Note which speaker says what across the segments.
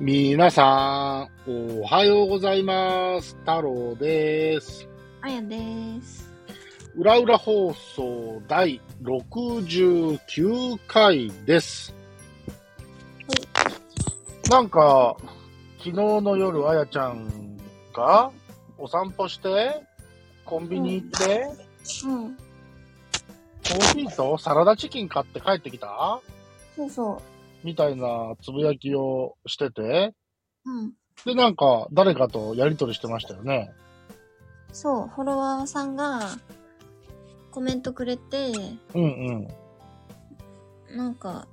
Speaker 1: 皆さん、おはようございます。太郎です。
Speaker 2: あやです。
Speaker 1: 裏裏放送第69回です。なんか、昨日の夜、あやちゃんがお散歩して、コンビニ行って、
Speaker 2: うん。
Speaker 1: コーヒーとサラダチキン買って帰ってきた
Speaker 2: そうそ
Speaker 1: みたいなつぶやきをしてて、
Speaker 2: う。うん。
Speaker 1: で、なんか、誰かとやりとりしてましたよね。
Speaker 2: そう、フォロワーさんがコメントくれて、
Speaker 1: うんうん。
Speaker 2: なんか、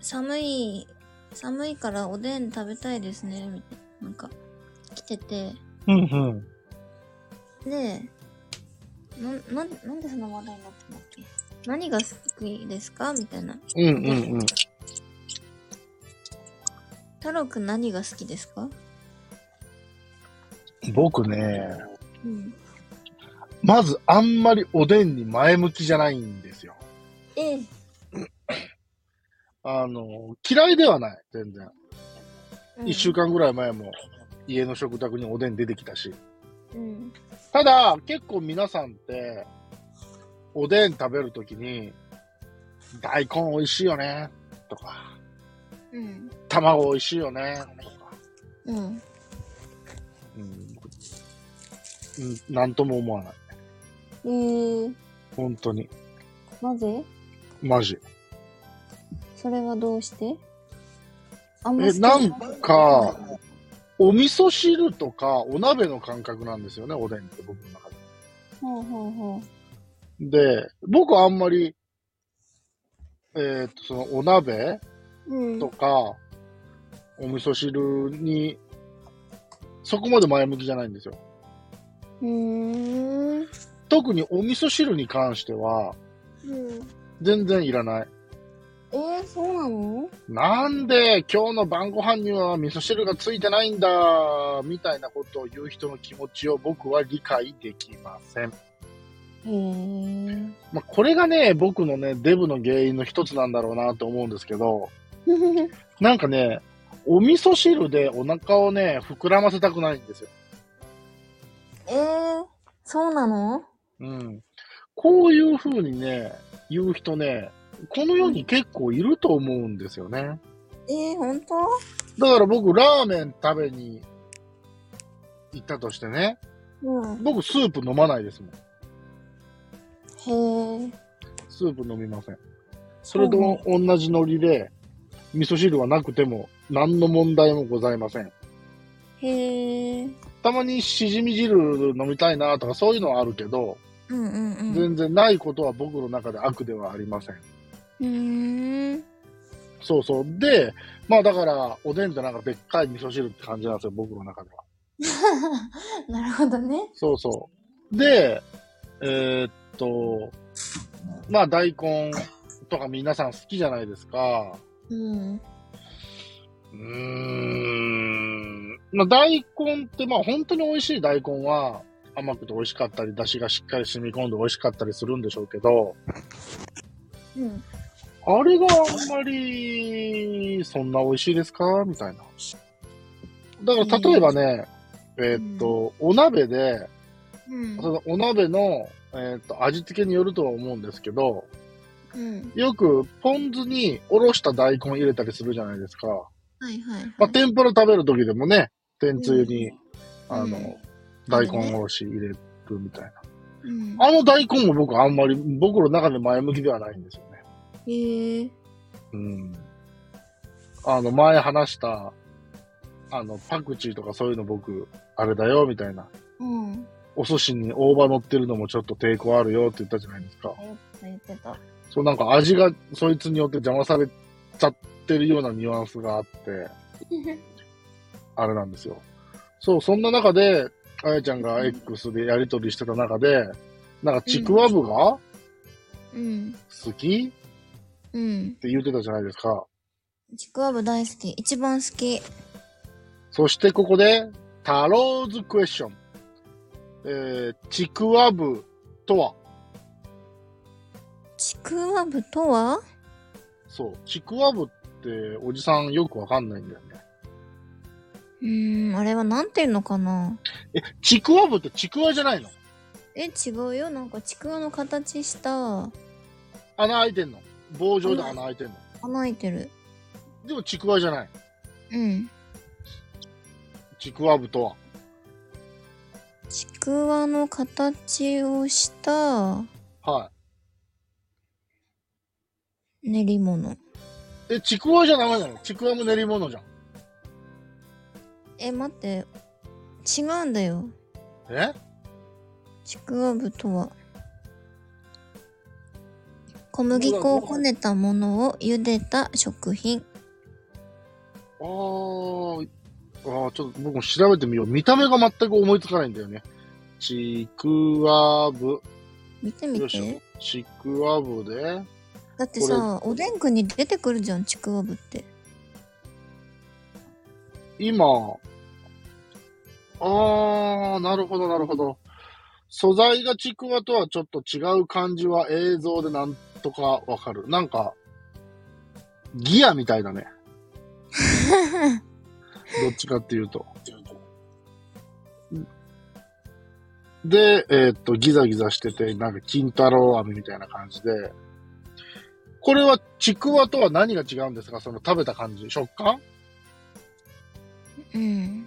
Speaker 2: 寒い、寒いからおでん食べたいですね、みたいな。なんか、来てて。
Speaker 1: うんうん。
Speaker 2: で、な、な、なんでその話題になったんだっけ何が好きですかみたいな。
Speaker 1: うんうんうん。
Speaker 2: 太郎くん何が好きですか
Speaker 1: 僕ね、
Speaker 2: うん。
Speaker 1: まずあんまりおでんに前向きじゃないんですよ。
Speaker 2: ええ。
Speaker 1: あの、嫌いではない、全然。
Speaker 2: うん
Speaker 1: 一週。間ぐらい前も家の食卓におでん出てきたし。
Speaker 2: うん。
Speaker 1: ただ、結構皆さんって、おでん食べるときに、大根美味しいよね、とか、
Speaker 2: うん。
Speaker 1: 卵美味しいよね、とか、
Speaker 2: うん。
Speaker 1: うん、うんなんとも思わない。
Speaker 2: えー、
Speaker 1: 本当に。
Speaker 2: なぜ
Speaker 1: マジ。
Speaker 2: それはどうしてあん
Speaker 1: え、なんか、お味噌汁とかお鍋の感覚なんですよね、おでんって僕の中で。
Speaker 2: ほうほうほ
Speaker 1: で、僕はあんまり、えーっと、そのお鍋
Speaker 2: う。うん
Speaker 1: とか、お味噌汁に、そこまで前向きじゃないんですよ。
Speaker 2: うん。
Speaker 1: 特にお味噌汁に関しては、
Speaker 2: うん。
Speaker 1: 全然いらない。
Speaker 2: えー、そうなの
Speaker 1: なんで今日の晩ご飯には味噌汁がついてないんだ、みたいなことを言う人の気持ちを僕は理解できません。
Speaker 2: へえ。
Speaker 1: まあ、これがね、僕のね、デブの原因の一つなんだろうなと思うんですけど、なんかね、お味噌汁でお腹をね、膨らませたくないんですよ。
Speaker 2: えー、そうなの
Speaker 1: うん。こういう風にね、言う人ね、この世に結構いると思うんですよね。
Speaker 2: えー、ほんと
Speaker 1: だから僕、ラーメン食べに行ったとしてね、
Speaker 2: うん。
Speaker 1: 僕、スープ飲まないですもん。
Speaker 2: へえ。
Speaker 1: スープ飲みません。それと同じノリで、味噌汁はなくても何の問題もございません。
Speaker 2: へえ。
Speaker 1: たまにしじみ汁飲みたいなとかそういうのはあるけど、
Speaker 2: うんうんうん。
Speaker 1: 全然ないことは僕の中で悪ではありません。
Speaker 2: うーん。
Speaker 1: そうそう。で、まあだから、おでんってなんかでっかい味噌汁って感じなんですよ、僕の中では。
Speaker 2: なるほどね。
Speaker 1: そうそう。で、えーっと、まあ大根とか皆さん好きじゃないですか。
Speaker 2: うん。
Speaker 1: うーん。まあ大根って、まあ本当に美味しい大根は甘くて美味しかったり、出汁がしっかり染み込んで美味しかったりするんでしょうけど、
Speaker 2: うん。
Speaker 1: あれがあんまり、そんな美味しいですかみたいな。だから、例えばね、えーっと、お鍋で、
Speaker 2: うん
Speaker 1: そ。のお鍋の、えーっと、味付けによるとは思うんですけど、
Speaker 2: うん。
Speaker 1: よく、ポン酢におろした大根入れたりするじゃないですか。
Speaker 2: はいはい、はい。
Speaker 1: まあ、天ぷら食べる時でもね、天つゆに、
Speaker 2: うん
Speaker 1: あの、
Speaker 2: うん
Speaker 1: 大根おろし入れるみたいな。
Speaker 2: うん。
Speaker 1: あの大根も僕あんまり、僕の中で前向きではないんですよね。
Speaker 2: へえ。
Speaker 1: うんあの、前話した、あの、パクチーとかそういうの僕、あれだよ、みたいな。
Speaker 2: うん。
Speaker 1: お寿司に大葉乗ってるのもちょっと抵抗あるよって言ったじゃないですか。
Speaker 2: 言ってた。
Speaker 1: そう、なんか味が、そいつによって邪魔されちゃってるようなニュアンスがあって、あれなんですよ。そう、そんな中で、あやちゃんが X でやりとりしてた中で、なんかちくわぶが
Speaker 2: うん。
Speaker 1: 好き
Speaker 2: うん。
Speaker 1: って言ってたじゃないですか。
Speaker 2: ちくわぶ大好き。一番好き。
Speaker 1: そしてここで、タローズクエスチョン。えー、ちくわぶとは
Speaker 2: ちくわぶとは
Speaker 1: そう。ちくわぶっておじさんよくわかんないんだよね。
Speaker 2: うーん、あれはなんていうのかな。
Speaker 1: え、ちくわぶってちくわじゃないの
Speaker 2: え、違うよ。なんかちくわの形した
Speaker 1: 穴開いてんの棒状で穴開いてんの
Speaker 2: 穴開いてる。
Speaker 1: でもちくわじゃない。
Speaker 2: うん。
Speaker 1: ちくわぶとは。
Speaker 2: ちくわの形をした
Speaker 1: は
Speaker 2: 練り物。
Speaker 1: い。え、ちくわじゃダメなのちくわも練り物じゃん。
Speaker 2: え、待って。違うんだよ。
Speaker 1: え
Speaker 2: ちくわぶとは小麦粉をこねたものを茹でた食品
Speaker 1: あー、あーちょっと僕も調べてみよう。見た目が全く思いつかないんだよね。ちくわぶ。
Speaker 2: 見て
Speaker 1: よ
Speaker 2: み
Speaker 1: いしょ
Speaker 2: て。
Speaker 1: ちくわぶで。
Speaker 2: だってさおでんくんに出てくるじゃんちくわぶって
Speaker 1: 今、あー、なるほど、なるほど。素材がちくわとはちょっと違う感じは映像でなんとかわかる。なんか、ギアみたいだね。どっちかっていうと。で、えーっと、ギザギザしてて、なんか、金太郎飴みたいな感じで。これは、ちくわとは何が違うんですかその食べた感じ食感
Speaker 2: うん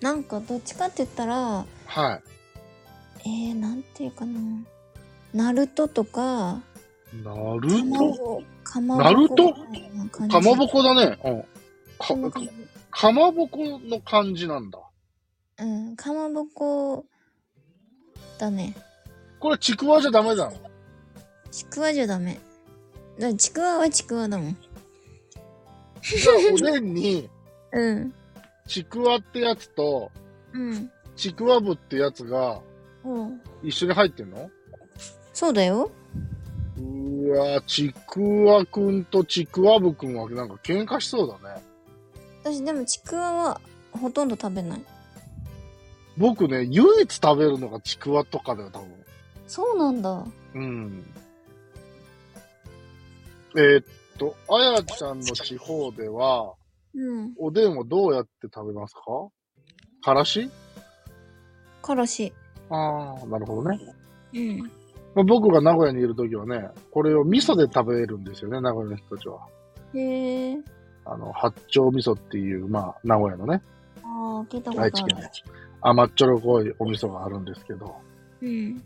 Speaker 2: なんかどっちかって言ったら
Speaker 1: はい。
Speaker 2: えー、なんていうかなナルトとか
Speaker 1: な
Speaker 2: か
Speaker 1: る
Speaker 2: ま
Speaker 1: と
Speaker 2: ぼかま
Speaker 1: ナル
Speaker 2: ぼこ
Speaker 1: ト
Speaker 2: みたいな感じ
Speaker 1: かまぼこだね。
Speaker 2: か
Speaker 1: うん。
Speaker 2: ま
Speaker 1: か、
Speaker 2: ぼこ
Speaker 1: かまぼこの感じなんだ。
Speaker 2: うんかまぼこだね
Speaker 1: これちくわじゃダメだの
Speaker 2: ちくわじゃダメ。だからちくわはちくわだもん。
Speaker 1: じゃあ、おでんに、
Speaker 2: うん。
Speaker 1: ちくわってやつと、
Speaker 2: うん。
Speaker 1: ちくわぶってやつが、一緒に入ってんの
Speaker 2: そうだよ。
Speaker 1: うわーちくわくんとちくわぶくんはなんか喧嘩しそうだね。
Speaker 2: 私でもちくわはほとんど食べない。
Speaker 1: 僕ね、唯一食べるのがちくわとかだよ、多分。
Speaker 2: そうなんだ。
Speaker 1: うん。えーっと、あやちゃんの地方では、
Speaker 2: うん。
Speaker 1: おでんをどうやって食べますかからし
Speaker 2: からし。
Speaker 1: ああ、なるほどね。
Speaker 2: うん。
Speaker 1: まあ、僕が名古屋にいるときはね、これを味噌で食べるんですよね、名古屋の人たちは。
Speaker 2: へえ。
Speaker 1: あの、八丁味噌っていう、まあ、名古屋のね、
Speaker 2: ああ、聞いたことあ
Speaker 1: 愛知県の甘っちょろ濃いお味噌があるんですけど。
Speaker 2: る。うん。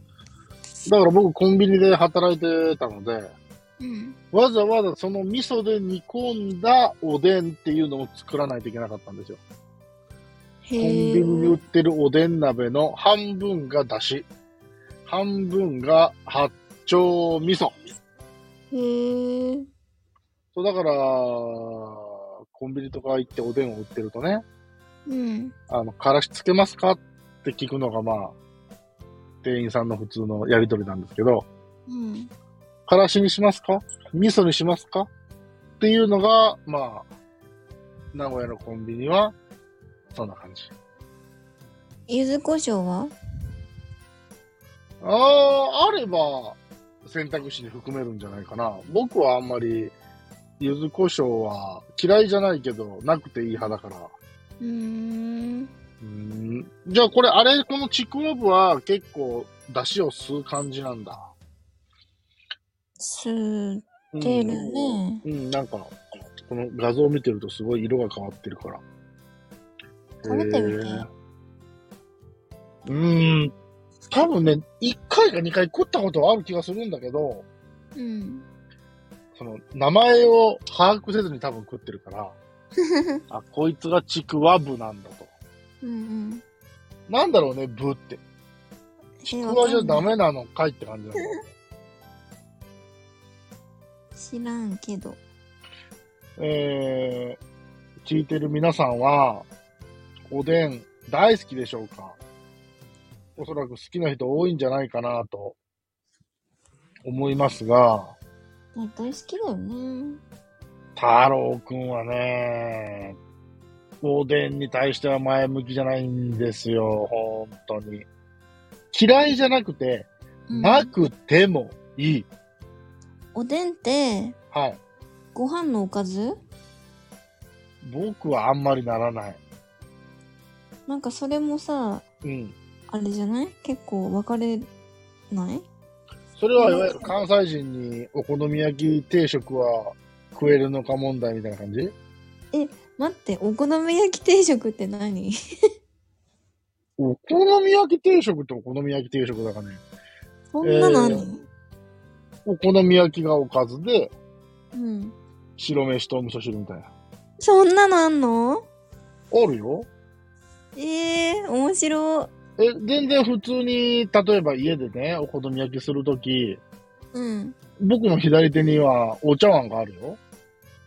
Speaker 1: だから僕コンビニで働いてたので、
Speaker 2: うん。
Speaker 1: わざわざその味噌で煮込んだおでんっていうのを作らないといけなかったんですよ。コン
Speaker 2: へえ。
Speaker 1: ビニに売ってるおでん鍋の半分がだし、半分が八丁味噌。
Speaker 2: へえ。
Speaker 1: そうだから、コンビニとか行っておでんを売ってるとね、
Speaker 2: うん。
Speaker 1: あの、からしつけますかって聞くのがまあ、店員さんの普通のやりとりなんですけど、
Speaker 2: うん。
Speaker 1: からしにしますか味噌にしますかっていうのが、まあ、名古屋のコンビニは、そんな感じ。
Speaker 2: 柚子胡椒は
Speaker 1: ああ、あれば、選択肢に含めるんじゃないかな。僕はあんまり、柚子胡椒は嫌いじゃないけど、なくていい派だから。
Speaker 2: うーん。
Speaker 1: うーんじゃあこれ、あれ、このちくわぶは結構、出汁を吸う感じなんだ。
Speaker 2: 吸ってるね。
Speaker 1: うん、うん、なんか、この画像を見てるとすごい色が変わってるから。
Speaker 2: 食べてみて
Speaker 1: へーうーん、多分ね、1回か2回食ったことはある気がするんだけど、
Speaker 2: うん。
Speaker 1: その、名前を把握せずに多分食ってるから、あ、こいつがちくわぶなんだと。
Speaker 2: うんうん。
Speaker 1: なんだろうね、ぶって。ちくわじゃダメなのかいって感じなの。
Speaker 2: 知らんけど。
Speaker 1: えー聞いてる皆さんは、おでん大好きでしょうかおそらく好きな人多いんじゃないかなと思いますが、
Speaker 2: 大体好きだよね。
Speaker 1: 太郎くんはね、おでんに対しては前向きじゃないんですよ、本当に。嫌いじゃなくて、
Speaker 2: うん
Speaker 1: なくてもいい。
Speaker 2: おでんって
Speaker 1: はい。
Speaker 2: ご飯のおかず
Speaker 1: 僕はあんまりならない。
Speaker 2: なんかそれもさ、
Speaker 1: うん。
Speaker 2: あれじゃない結構分かれない
Speaker 1: それはいわゆる関西人にお好み焼き定食は食えるのか問題みたいな感じ
Speaker 2: 待って、お好み焼き定食って何
Speaker 1: お好み焼き定食ってお好み焼き定食だからね。
Speaker 2: そんなのあるの、
Speaker 1: お好み焼きがおかずで、
Speaker 2: うん。
Speaker 1: 白飯とお味噌汁みたいな。
Speaker 2: そんなのあんの
Speaker 1: あるよ。
Speaker 2: ええー、面白
Speaker 1: え、全然普通に、例えば家でね、お好み焼きするとき、
Speaker 2: うん。
Speaker 1: 僕の左手にはお茶碗があるよ。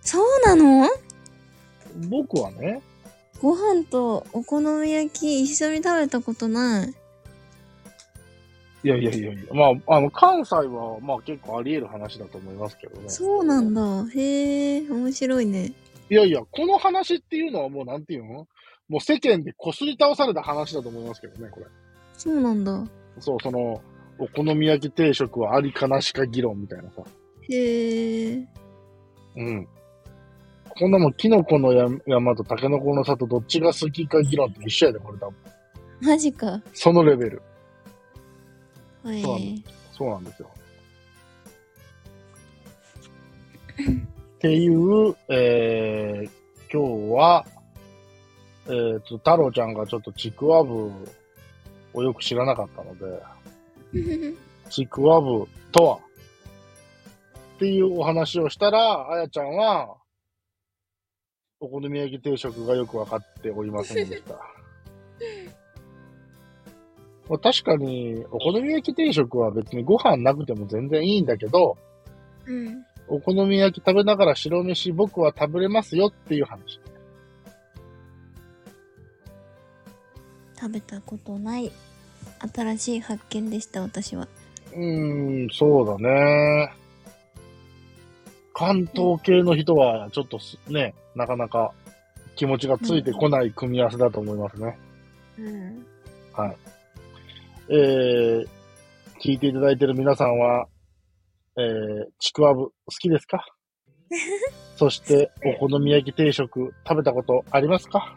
Speaker 2: そうなの
Speaker 1: 僕はね、
Speaker 2: ご飯とお好み焼き一緒に食べたことない。
Speaker 1: いやいやいやいや、まあ、あの、関西は、まあ結構あり得る話だと思いますけどね。
Speaker 2: そうなんだ。へえ、面白いね。
Speaker 1: いやいや、この話っていうのはもうなんていうのもう世間で擦り倒された話だと思いますけどね、これ。
Speaker 2: そうなんだ。
Speaker 1: そう、その、お好み焼き定食はありかなしか議論みたいなさ。
Speaker 2: へえ。
Speaker 1: うん。こんなもん、キノコの山山とタケノコの里、どっちが好きか議論って一緒やで、これ多分。
Speaker 2: マジか。
Speaker 1: そのレベル。
Speaker 2: はい。
Speaker 1: そうなんそうなんですよ。 っていう、えー、今日は、えー、と、太郎ちゃんがちょっとちくわぶをよく知らなかったので、ちくわぶとはっていうお話をしたら、あやちゃんは、お好み焼き定食がよくわかっておりませんでした。まあ確かに、お好み焼き定食は別にご飯なくても全然いいんだけど、
Speaker 2: うん。
Speaker 1: お好み焼き食べながら白飯僕は食べれますよっていう話。
Speaker 2: 食べたことない。新しい発見でした、私は。
Speaker 1: うーん、そうだね。関東系の人はちょっとすね、なかなか気持ちがついてこない組み合わせだと思いますね。
Speaker 2: うん。
Speaker 1: えー、聞いていただいている皆さんは、えー、ちくわぶ好きですかそして、お好み焼き定食食べたことありますか、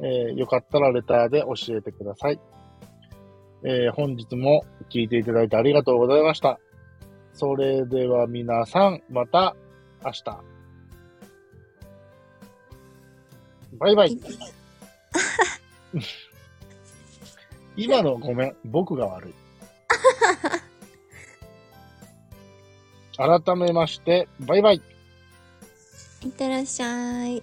Speaker 1: えー、よかったらレターで教えてください。えー、本日も聞いていただいてありがとうございました。それでは皆さん、また明日。バイバイ。今のごめん、僕が悪い。 改めまして、バイバイ。
Speaker 2: いってらっしゃい。